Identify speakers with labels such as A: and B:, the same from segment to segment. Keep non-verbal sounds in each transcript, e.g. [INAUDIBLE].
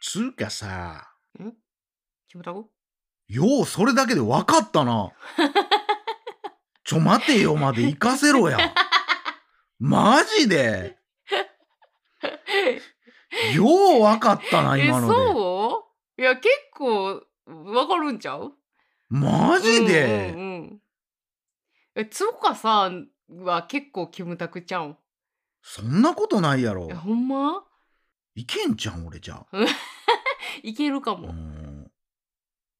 A: つうかさ、
B: 뭐라고?
A: ようそれだけで分かったな。ちょ待てよまで行かせろや。マジで。よう分かったな、今ので。
B: 무서워? 야, 개코 와가룬 짜
A: マジ
B: う
A: で。
B: んうんうんえつおかさんは結構キムタクちゃうん
A: そんなことないやろ
B: え。ほんま
A: いけんじゃん、俺じゃ。
B: いけるか
A: う
B: も、
A: ん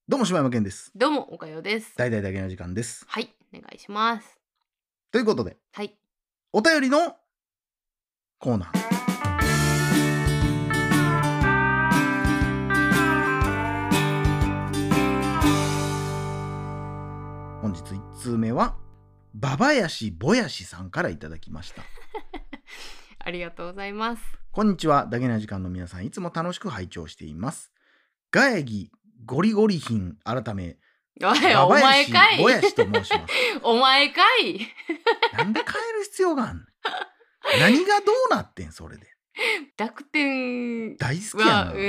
A: どうも、柴山健です。
B: どうもおかよです
A: 大々だけの時間です。
B: はいお願いします
A: ということで、
B: はい
A: お便りのコーナー。本日1通目は、ババヤシボヤシさんからいただきました。
B: ありがとうございます
A: こんにちは。ダゲな時間の皆さん、いつも楽しく拝聴しています。ガヤギゴリゴリ品改め、
B: [LAUGHS] おい
A: バ
B: お
A: バ
B: 前
A: ヤシ
B: かい
A: ボヤシと申します。
B: お前かい
A: なんで変える必要があんの何がどうなってん、それで。
B: 濁点
A: 大好きやな。
B: はうん [LAUGHS]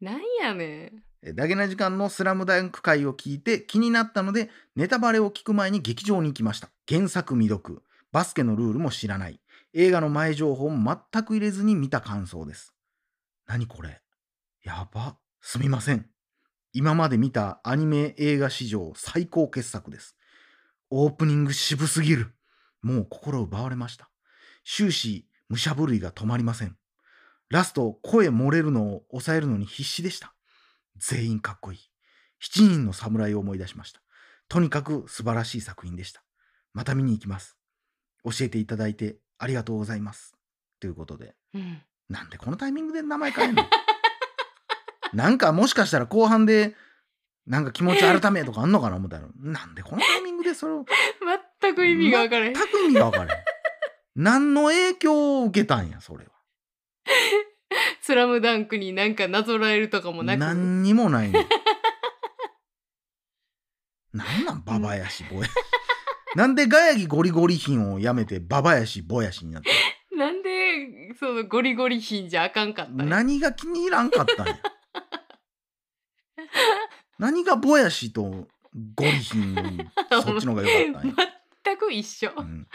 B: なんやねん
A: えダゲな時間のスラムダンク会を聞いて気になったので、ネタバレを聞く前に劇場に行きました。原作未読、バスケのルールも知らない、映画の前情報も全く入れずに見た感想です。何これやば。すみません。今まで見たアニメ映画史上最高傑作です。オープニング渋すぎる。もう心奪われました。終始、武者震いが止まりません。ラスト、声漏れるのを抑えるのに必死でした。全員かっこいい。7人の侍を思い出しました。とにかく素晴らしい作品でした。また見に行きます。教えていただいてありがとうございます。ということで、
B: うん
A: なんでこのタイミングで名前変えんのなんかもしかしたら後半で、なんか気持ち改めとかあんのかな思ったら、なんでこのタイミングでそれを
B: 全く意味が分からへん
A: 全く意味がわからへん。何の影響を受けたんや、それは。
B: スラムダンクになんかなぞらえるとかもなく
A: 何にもない
B: [LAUGHS]
A: ねなんなんババヤシボヤシなんでガヤギゴリゴリ品をやめてババヤシボヤシになった
B: なんでそのゴリゴリ品じゃあかんかったん
A: の
B: や
A: 何が気に入らんかった
B: [LAUGHS]
A: んや何がボヤシとゴリ品よりそっちの方が良か
B: [LAUGHS]
A: ったんや、
B: 全く一緒、
A: うん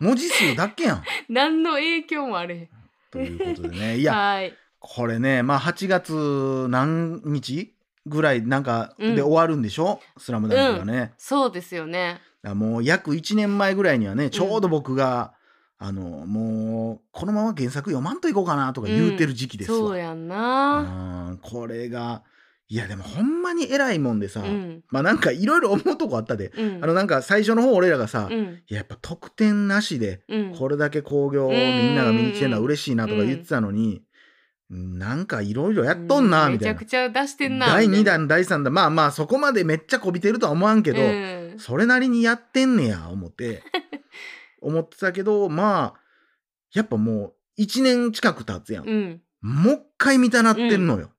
A: 文字数だけやん
B: 何の影響もあれへん
A: ということで
B: [LAUGHS]
A: ねい
B: い
A: や
B: はい
A: これねまあ8月何日ぐらいなんか
B: うん
A: で終わるんでしょ「スラムダンクがね、
B: そうですよね
A: だからもう約1年前ぐらいにはねちょうど僕が、あのもうこのまま原作読まんといこうかなとか言うてる時期ですわ、
B: そうやんな
A: うんこれがいやでもほんまに偉いもんでさ、
B: うん
A: まあなんかいろいろ思うとこあったで、
B: うん
A: あのなんか最初の方俺らがさ、
B: う
A: い
B: ん
A: ややっぱ得点なしで
B: うん
A: これだけ興行
B: う
A: み
B: ん
A: んなが見に来てんのは嬉しいなとか言ってたのに、なんかいろいろやっとんなみたいな
B: めちゃく。ちゃ出してんな
A: 第2
B: みたいな
A: 弾第3弾まあまあそこまでめっちゃこびてるとは思わんけど、
B: うん
A: それなりにやってんねや思って
B: [LAUGHS]
A: 思ってたけどまあやっぱもう1年近く経つやん、
B: うん
A: もう一回見たなってんのよ、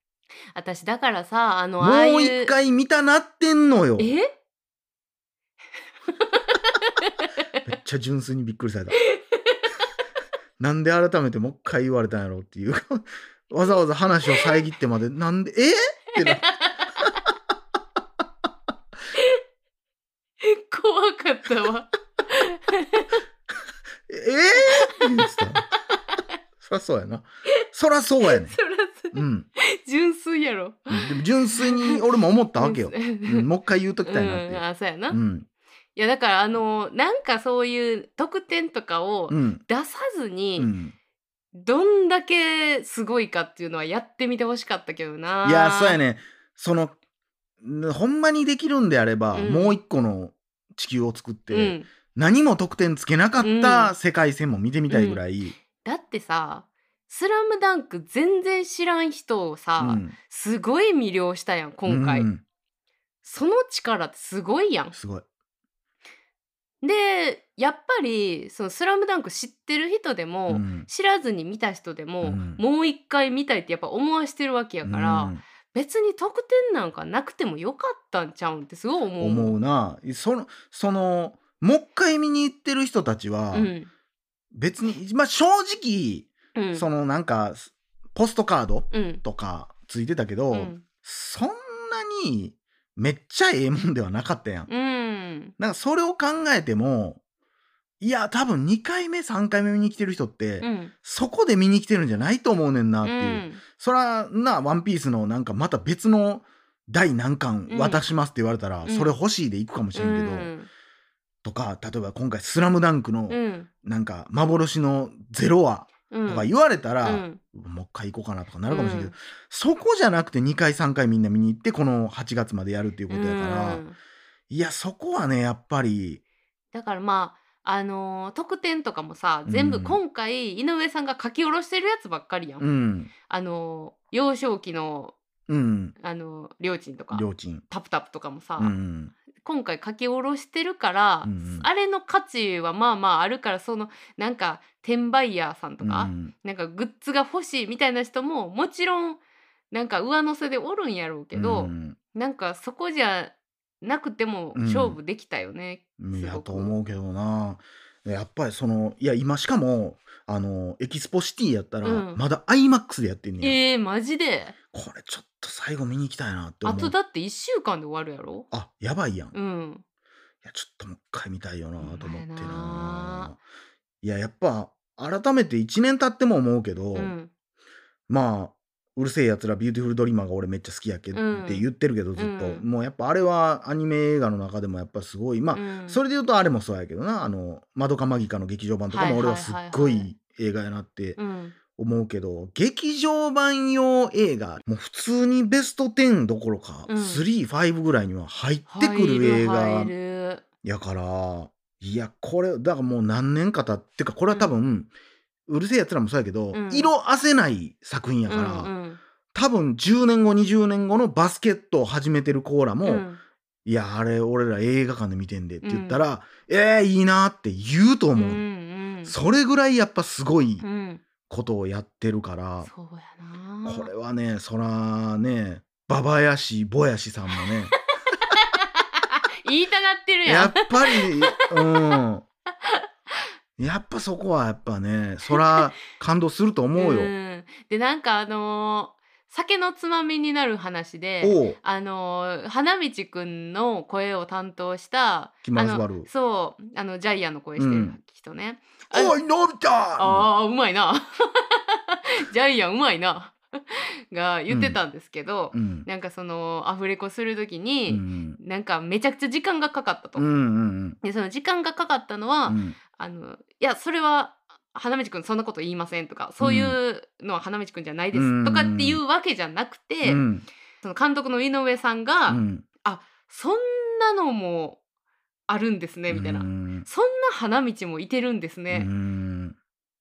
B: 私だからさあのああい
A: も
B: う
A: う一回見たなってんのよめっ
B: え
A: ちゃ純粋にびっくりされた [LAUGHS] なんで改めてもう一回言われたんやろうっていう [LAUGHS] わざわざ話を遮ってまでなんでえってな
B: 怖かった
A: [LAUGHS]
B: わ
A: えって言ってたそらそうやなそらそうやねん
B: そらそ
A: うん、
B: 純粋やろ
A: うんでも純粋に俺も思ったわけよ、
B: う [LAUGHS]
A: うん、
B: ん
A: もう一回言うときたいなって、
B: うんあそうやな、
A: う
B: い
A: ん。
B: やだからあのなんかそういう特典とかを
A: うん。
B: 出さずに、
A: うん。
B: どんだけすごいかっていうのはやってみてほしかったけどないい
A: や、そうや
B: ね
A: ね。その、んほんまにできるんであれば、
B: うん
A: もう一個の地球を作って、
B: うん、
A: 何も得点つけなかっ
B: う
A: た
B: ん
A: 世界線も見てみたいぐらい、
B: だってさ「スラムダンク全然知らん人を
A: う
B: さ、
A: ん
B: すごい魅了したやん今回、
A: うん
B: その力ってすごいやん
A: すごい。
B: でやっぱり「そのスラムダンク知ってる人でも、
A: うん
B: 知らずに見た人でも、
A: うん
B: もう一回見たいってやっぱ思わしてるわけやから、
A: うん
B: 別に得点なんかなくてもよかったんちゃうんってすごい思う。
A: 思うな。その、その、もう一回見に行ってる人たちは、
B: うん
A: 別に、まあ正直、
B: うん、
A: そのなんか、ポストカード
B: うん
A: とかついてたけど、
B: うん
A: そんなにめっちゃええもんではなかったやん。
B: うん
A: なんかそれを考えても、いや、多分2回目、3回目見に来てる人って、
B: うん
A: そこで見に来てるんじゃないと思うねんな
B: う
A: っていう。
B: ん
A: そら、な、ワンピースのなんかまた別の第何巻
B: うん
A: 渡しますって言われたら、
B: うん
A: それ欲しいで行くかもしれんけど、とか、例えば今回スラムダンクの
B: うん
A: なんか幻のゼロ話
B: うん
A: とか言われたら、
B: うん
A: もう一回行こうかなとかなるかもしれんけど、
B: うん
A: そこじゃなくて2回3回みんな見に行ってこの8月までやるっていうことやから、
B: うん
A: いやそこはねやっぱり
B: だからまああのー特典とかもさ
A: うん
B: 全部今回井上さんが書き下ろしてるやつばっかりやん、
A: うん
B: あのー幼少期の
A: うん
B: あのーりょうちんとか
A: 料金
B: タプタプとかもさ、
A: うん
B: 今回書き下ろしてるから、
A: うんうん
B: あれの価値はまあまああるからそのなんか転売ヤーさんとか、
A: うん
B: なんかグッズが欲しいみたいな人ももちろんなんか上乗せでおるんやろうけど、
A: うん
B: なんかそこじゃなくても
A: うん
B: 勝負できたよね。
A: いや
B: すごく
A: と思うけどなやっぱりそのいや今しかもあのエキスポシティやったら、
B: うん
A: まだ IMAX でやってんねん、
B: えー、マジで
A: これちょっと最後見に行きたいなって
B: あ
A: 思
B: と
A: う
B: だって1週間で終わるやろ
A: あやばいやん、い
B: うん
A: やちょっともう一回見たいよなと思って
B: ほんまや
A: な
B: ない
A: ややっぱ改めて1年経っても思うけど、
B: うん
A: まあうるせえやつらビューティフルドリーマーが俺めっちゃ好きやけど、
B: うん
A: って言ってるけどずっと、
B: うん
A: もうやっぱあれはアニメ映画の中でもやっぱすごいまあ、
B: うん
A: それで言うとあれもそうやけどな「あのマドカマギカ」の劇場版とかも
B: はい
A: 俺
B: は
A: は
B: いはい
A: すっ
B: はい
A: ごい映画やなって
B: うん
A: 思うけど、劇場版用映画もう普通にベスト10どころか、
B: うん
A: 35ぐらいには入ってく
B: 入
A: る映画
B: 入る
A: やからいやこれだからもう何年か経ってかこれは多分、うるせえやつらもそうやけど、
B: うん
A: 色あせない作品やから、
B: うんうん
A: 多分10年後20年後のバスケットを始めてるコーラも「
B: うん
A: いやあれ俺ら映画館で見てんで」って言ったら「えー、いいな」って言うと
B: うん
A: 思う、
B: うん
A: それぐらいやっぱすごい
B: うん
A: ことをやってるから、
B: そうやな
A: これはねそらねババヤシボヤシさんもね
B: 言 [LAUGHS] いたがってるや
A: や
B: ん
A: っぱりうんやっぱそこはやっぱねそら感動すると思うよ。
B: んでなんかあのー酒のつまみになる話で
A: おう
B: あのー花道くんの声を担当した
A: キマラスバル
B: あのそうあのジャイアンの声してる人ね、あ
A: おいのび太
B: あーうまいな [LAUGHS] ジャイアンうまいな [LAUGHS] が言ってたんですけど、
A: うん
B: なんかそのアフレコする時
A: う
B: に、
A: ん
B: なんかめちゃくちゃ時間がかかったと。
A: うんうん
B: でその時間がかかったのは、
A: うんうん
B: あのいやそれは花道くんそんなこと言いませんとかそういうのは花道くんじゃないで
A: うん
B: すとかっていうわけじゃなくて、
A: うん
B: その監督の井上さんが、
A: うん
B: そんなのもあるんですねみたいな、
A: うん
B: そんな花道もいてるんですね、
A: うん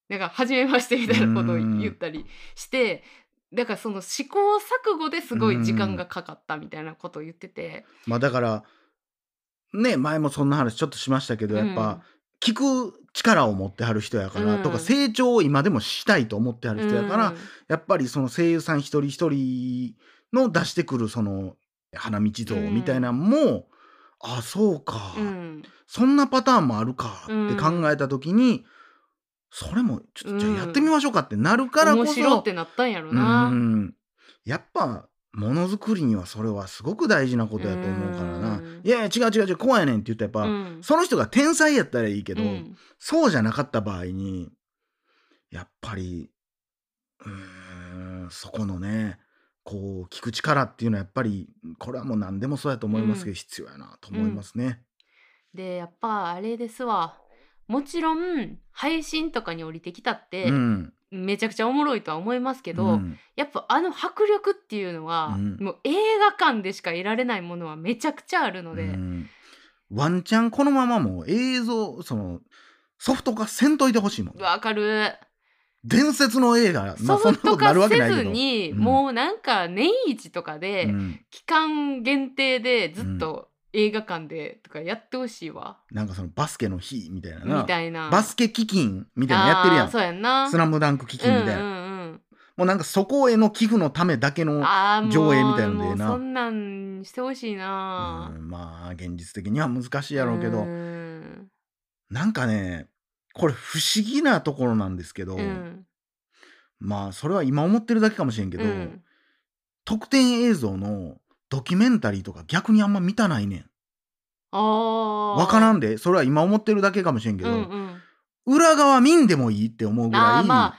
B: なんか初めましてみたいなことを言ったりして、だからその試行錯誤ですごい時間がかかったみたいなことを言ってて、
A: まあだからね前もそんな話ちょっとしましたけど、やっぱ聞く力を持ってはる人やから、
B: うん
A: とか成長を今でもしたいと思っては
B: うん
A: る人やから、
B: うん
A: やっぱりその声優さん一人一人の出してくるその花道像みたいなんも、あそうか、
B: うん
A: そんなパターンもあるかって考えた時に、それもちょっとじゃあやってみましょうかってなるからこ
B: 面
A: そ、
B: 白ってなったんやろな。
A: うんやっぱものづくりにはそれはすごく大事なことやと思うからな
B: うん
A: 「いやいや違う違う違う怖いねん」って言ったらやっぱ、
B: うん
A: その人が天才やったらいいけど、
B: うん
A: そうじゃなかった場合にやっぱりうーんそこのねこう聞く力っていうのはやっぱりこれはもう何でもそうやと思いますけど、
B: うん
A: 必要やなと思いますね。
B: でやっぱあれですわもちろん配信とかに降りてきたって、
A: うん
B: めちゃくちゃおもろいとは思いますけど、
A: うん
B: やっぱあの迫力っていうのは、
A: うん
B: もう映画館でしか得られないものはめちゃくちゃあるので、
A: うんワンチャンこのままもう映像そのソフト化せんといてほしいもん。
B: わかる
A: 伝説の映画、ま
B: ソ
A: あ、そん
B: フ
A: なこ
B: ト
A: とな
B: 化
A: るわけな
B: せ
A: いけ
B: ず
A: ど。
B: に、
A: うん
B: もうなんか年一とかで、
A: うん
B: 期間限定でずっと映画館でとかやってほしいわ、
A: なんかそのバスケの日みたいなな
B: みたいな
A: バスケ基金みたいなのやってるや
B: あー
A: ん
B: そうやんな
A: スラムダンク基金みたいな、
B: うんうんうん
A: もうなんかそこへの寄付のためだけの、
B: あーもう
A: 上映みたいなのでええな
B: もうそんなんしてほしいな、
A: うんまあ現実的には難しいやろうけど、
B: うん
A: なんかねこれ不思議なところなんですけど、
B: うん
A: まあそれは今思ってるだけかもしれんけど、
B: うん、
A: 特典映像のドキュメンタリーとか逆にあんま見たないねん。
B: ああ
A: わからん
B: だ
A: でそれは今思ってるだけかもしれんけ
B: け
A: ど、
B: うんうん、
A: 裏側見んでもいいって思うぐ
B: あ
A: ら
B: あ
A: い、
B: まあ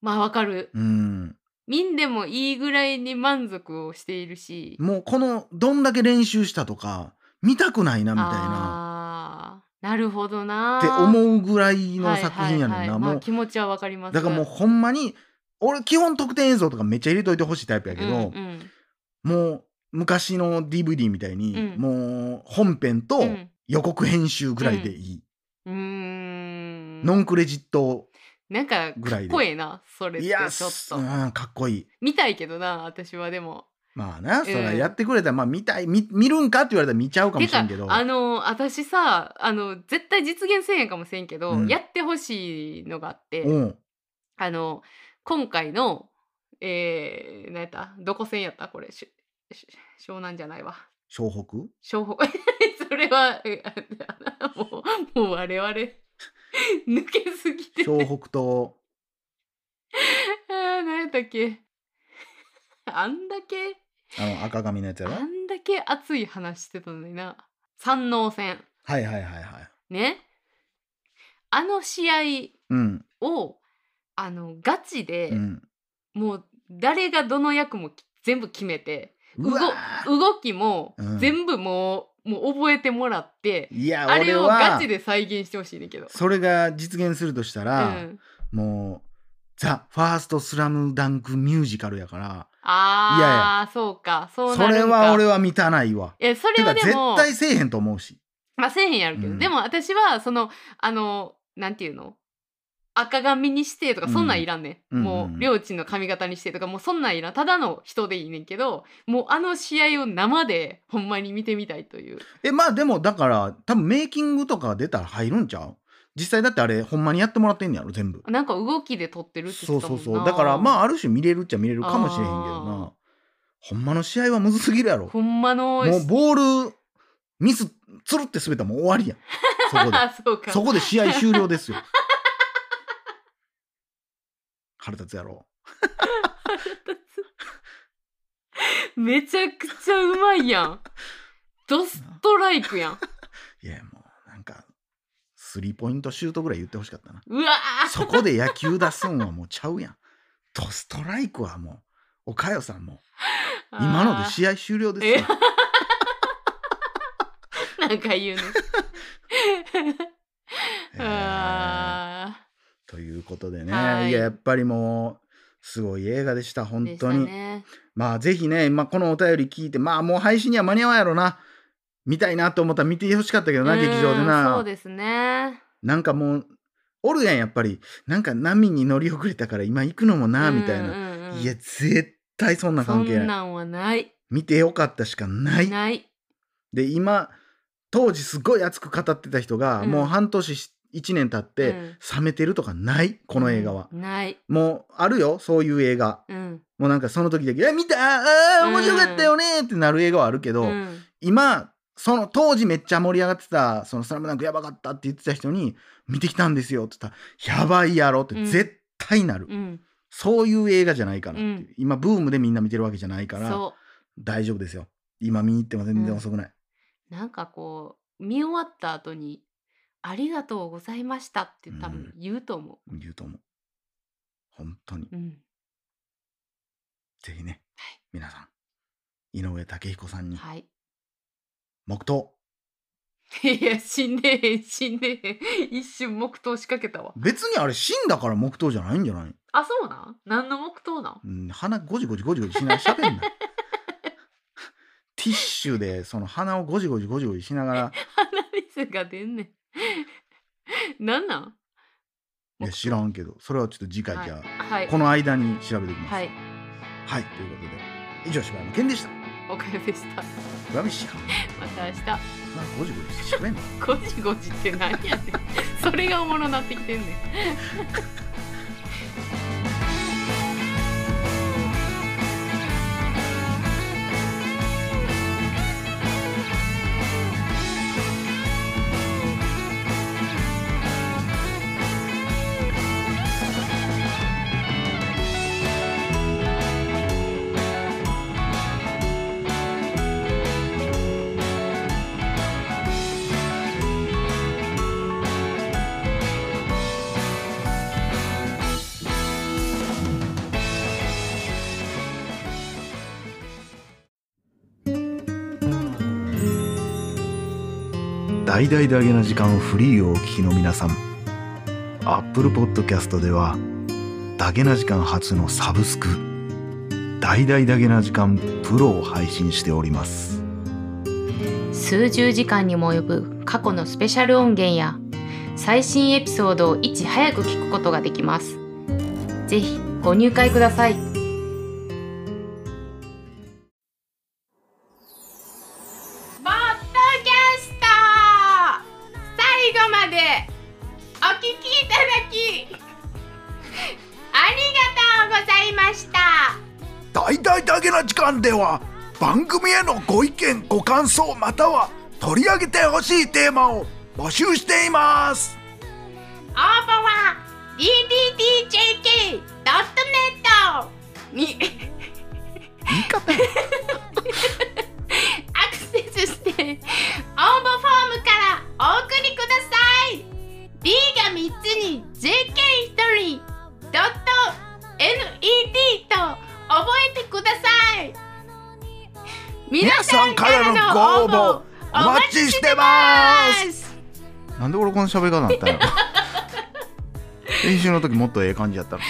B: まあわかる
A: うん、
B: 見んでもいいぐらいに満足をしているし
A: もうこのどんだけ練習したとか見たくないなみたいな
B: ななるほどな
A: って
B: う
A: 思うぐらいの作品やねんな、
B: まあ、
A: も
B: 気持ちはわかりま
A: う
B: す
A: だからもうほんまに俺基本特典映像とかめっちゃ入れといてほしいタイプやけど、
B: うんうん
A: もう昔の DVD みたいに、
B: うん
A: もう本編と
B: うん
A: 予告編集ぐらいでいい、
B: うーん
A: ノンクレジット
B: なんか
A: ぐら
B: か
A: い
B: っ
A: で
B: こええなそれっ
A: い
B: て
A: や
B: ちょっと、
A: うん、かっこいい
B: 見たいけどな私はでも
A: まあな、
B: ん
A: そらやってくれたらまあ見たい見見るんかって言われたら見ちゃうかも
B: て
A: しれ
B: か
A: んけど
B: あの私さあの絶対実現せえへんかもしれんけど、
A: うん
B: やってほしいのがあって、
A: うん
B: あの今回のえー、何やったどこ戦やったこれしし湘南じゃないわ
A: 湘北
B: [LAUGHS] 湘北それはえあもうもう我々抜けすぎて
A: 湘北と
B: あー何やったっけあんだけ
A: あの赤髪のやつやろ
B: あんだけ熱い話してたのにな山王戦
A: はいはいはいはい。
B: ねあの試合
A: うん。
B: をあのガチで、
A: うん。
B: もう誰がどの役もき全部決めて
A: うわー
B: 動動きも
A: うん
B: 全部もう,、もう覚えてもらって
A: いや、
B: あれ
A: 俺
B: をガ
A: は
B: チ、で再現してほしいねんけど。
A: それが実現するとした
B: う
A: ら、
B: ん、
A: もう、ザ・ファースト・スラムダンク・ミュージカルやから、
B: あ
A: い
B: あ
A: やい
B: そうかそう
A: そ
B: なるんか
A: れは俺は満たないわ。
B: いやそ
A: て
B: れ
A: か、
B: はで
A: 絶
B: も
A: 対せえへんと思うし。
B: まあせえへんやるけど、
A: うん
B: でも私はそのあのなんていうの赤髪にしてとかそんなんいらんね、、
A: うんん
B: も
A: うんうん
B: う両親の髪型にしてとかもうそんなんいらんただの人でいいねんけどもうあの試合を生でほんまに見てみたいという
A: え、まあでも、だから、多分メイキングとか出たら入るんちゃう実際だってあれ、ほんまにやってもらってんねやろ、全部。
B: なんか動きで撮ってるって
A: そ
B: 言っ
A: う
B: てた
A: そ
B: も
A: うん
B: な
A: そう。だから、まあ、ある種見れるっちゃ見れるかもしれへんけど
B: あ
A: な。ほんまの試合はむずすぎるやろ。
B: ほんまの
A: もうボールミスつるって滑ったらもう終わりやん
B: [LAUGHS]
A: そこで
B: あそうか
A: そこで試合終了ですよ腹立つやろ
B: めちゃくちゃうまいやんドストライクやん
A: いやもうなんかスリーポイントシュートぐらい言ってほしかったな
B: うわー
A: そこで野球出すんはもうちゃうやんドストライクはもうおかよさんも今ので試合終了ですよ
B: あーなんか言うね
A: えー
B: あ
A: ということでね
B: はい
A: いややっぱりもうすごい映画でした
B: ー
A: 本
B: でした
A: 当に、
B: ね
A: まあぜひね、まあ、このお便り聞いてまあもう配信には間に合わんやろな見たいなと思ったら見てほしかったけどな
B: うん
A: 劇場で
B: そう
A: な
B: ですね
A: なんかもうおるやんやっぱりなんか波に乗り遅れたから今行くのもなみたいな、
B: うんうんうん
A: いや絶対そんな関係
B: そ
A: ない
B: んなんはない
A: 見てよかったしかない
B: ない
A: で今当時すごい熱く語ってた人が、
B: うん
A: もう半年1年経って、
B: うん
A: 冷めてるとかないこの映画は、
B: ない
A: もうあるよそういう映画
B: うん
A: もうなんかその時だけ「え見たあー面白かったよね」ってなる映画はあるけど、
B: うん
A: 今その当時めっちゃ盛り上がってた「そのスラムダンクやばかった」って言ってた人に「見てきたんですよ」って言ったら「やばいやろ」って
B: うん
A: 絶対なる、
B: うん
A: そういう映画じゃないからっていう、
B: うん
A: 今ブームでみんな見てるわけじゃないから
B: そ
A: 大丈夫ですよ今見に行っても全然遅くない、
B: うなんかこう見終わった後にありがとうございましたって多
A: う
B: 分
A: ん
B: 言うと思
A: 言うと思う本当に
B: ううん、
A: ぜひね、皆さん井上武彦さんに
B: はい [LAUGHS]
A: 黙祷
B: いや死んでへん死んでへん [LAUGHS] 一瞬黙祷仕掛けたわ
A: 別にあれ死んだから黙祷じゃないんじゃない、
B: あそうなん何の黙祷なん [LAUGHS]
A: うん、鼻ゴジゴジゴジゴジしながらしゃべんなティッシュでその鼻をゴジゴジゴジゴジしながら
B: 鼻水が出んねん [LAUGHS] なんなん
A: いや知らんけどそれはちょっと次回じゃあ、
B: はい
A: この間に調べてきます
B: は
A: はいい、ということで以上柴山健でした
B: おかよでした
A: 岩見市か
B: また明日
A: なゴジゴジしゃべんな
B: ゴジゴジって何や [LAUGHS] ねんそれがおもろなってきてんねん
A: 大々で上げな時間フリーをお聞きの皆さん Apple Podcast ではダゲな時間初のサブスク大々ダゲな時間プロを配信しております
B: 数十時間にも及ぶ過去のスペシャル音源や最新エピソードをいち早く聞くことができますぜひご入会くださいポッドキャスト最後までお聞きいただきありがとうございました
A: 大々ダゲな時間では番組へのご意見ご感想または取り上げてほしいテーマを募集しています
B: 応募は ddjk.net に [LAUGHS]
A: 言い方
B: アクセスして応募フォームからお送りください D が3つに JK1 人ドット NED と覚えてください皆さんからのご応募お待ちしてます
A: [LAUGHS] なんで俺この喋り方なったんや [LAUGHS] ろ練習の時もっとええ感じやったのに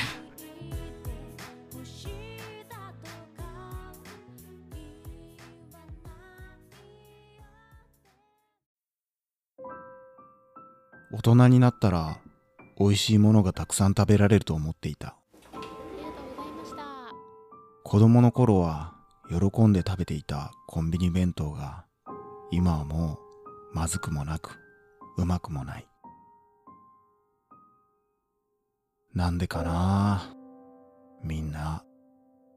A: 大人になったら美味しいものがたくさん食べられると思っていた
C: ありがとうございました。
A: 子供の頃は喜んで食べていたコンビニ弁当が今はもうまずくもなくうまくもないなんでかなみんな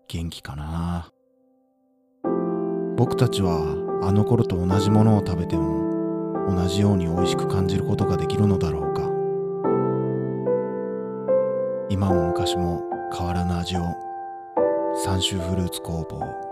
A: 元気かな僕たちはあの頃と同じものを食べても同じように美味しく感じることができるのだろうか今も昔も変わらぬ味を三州フルーツ工房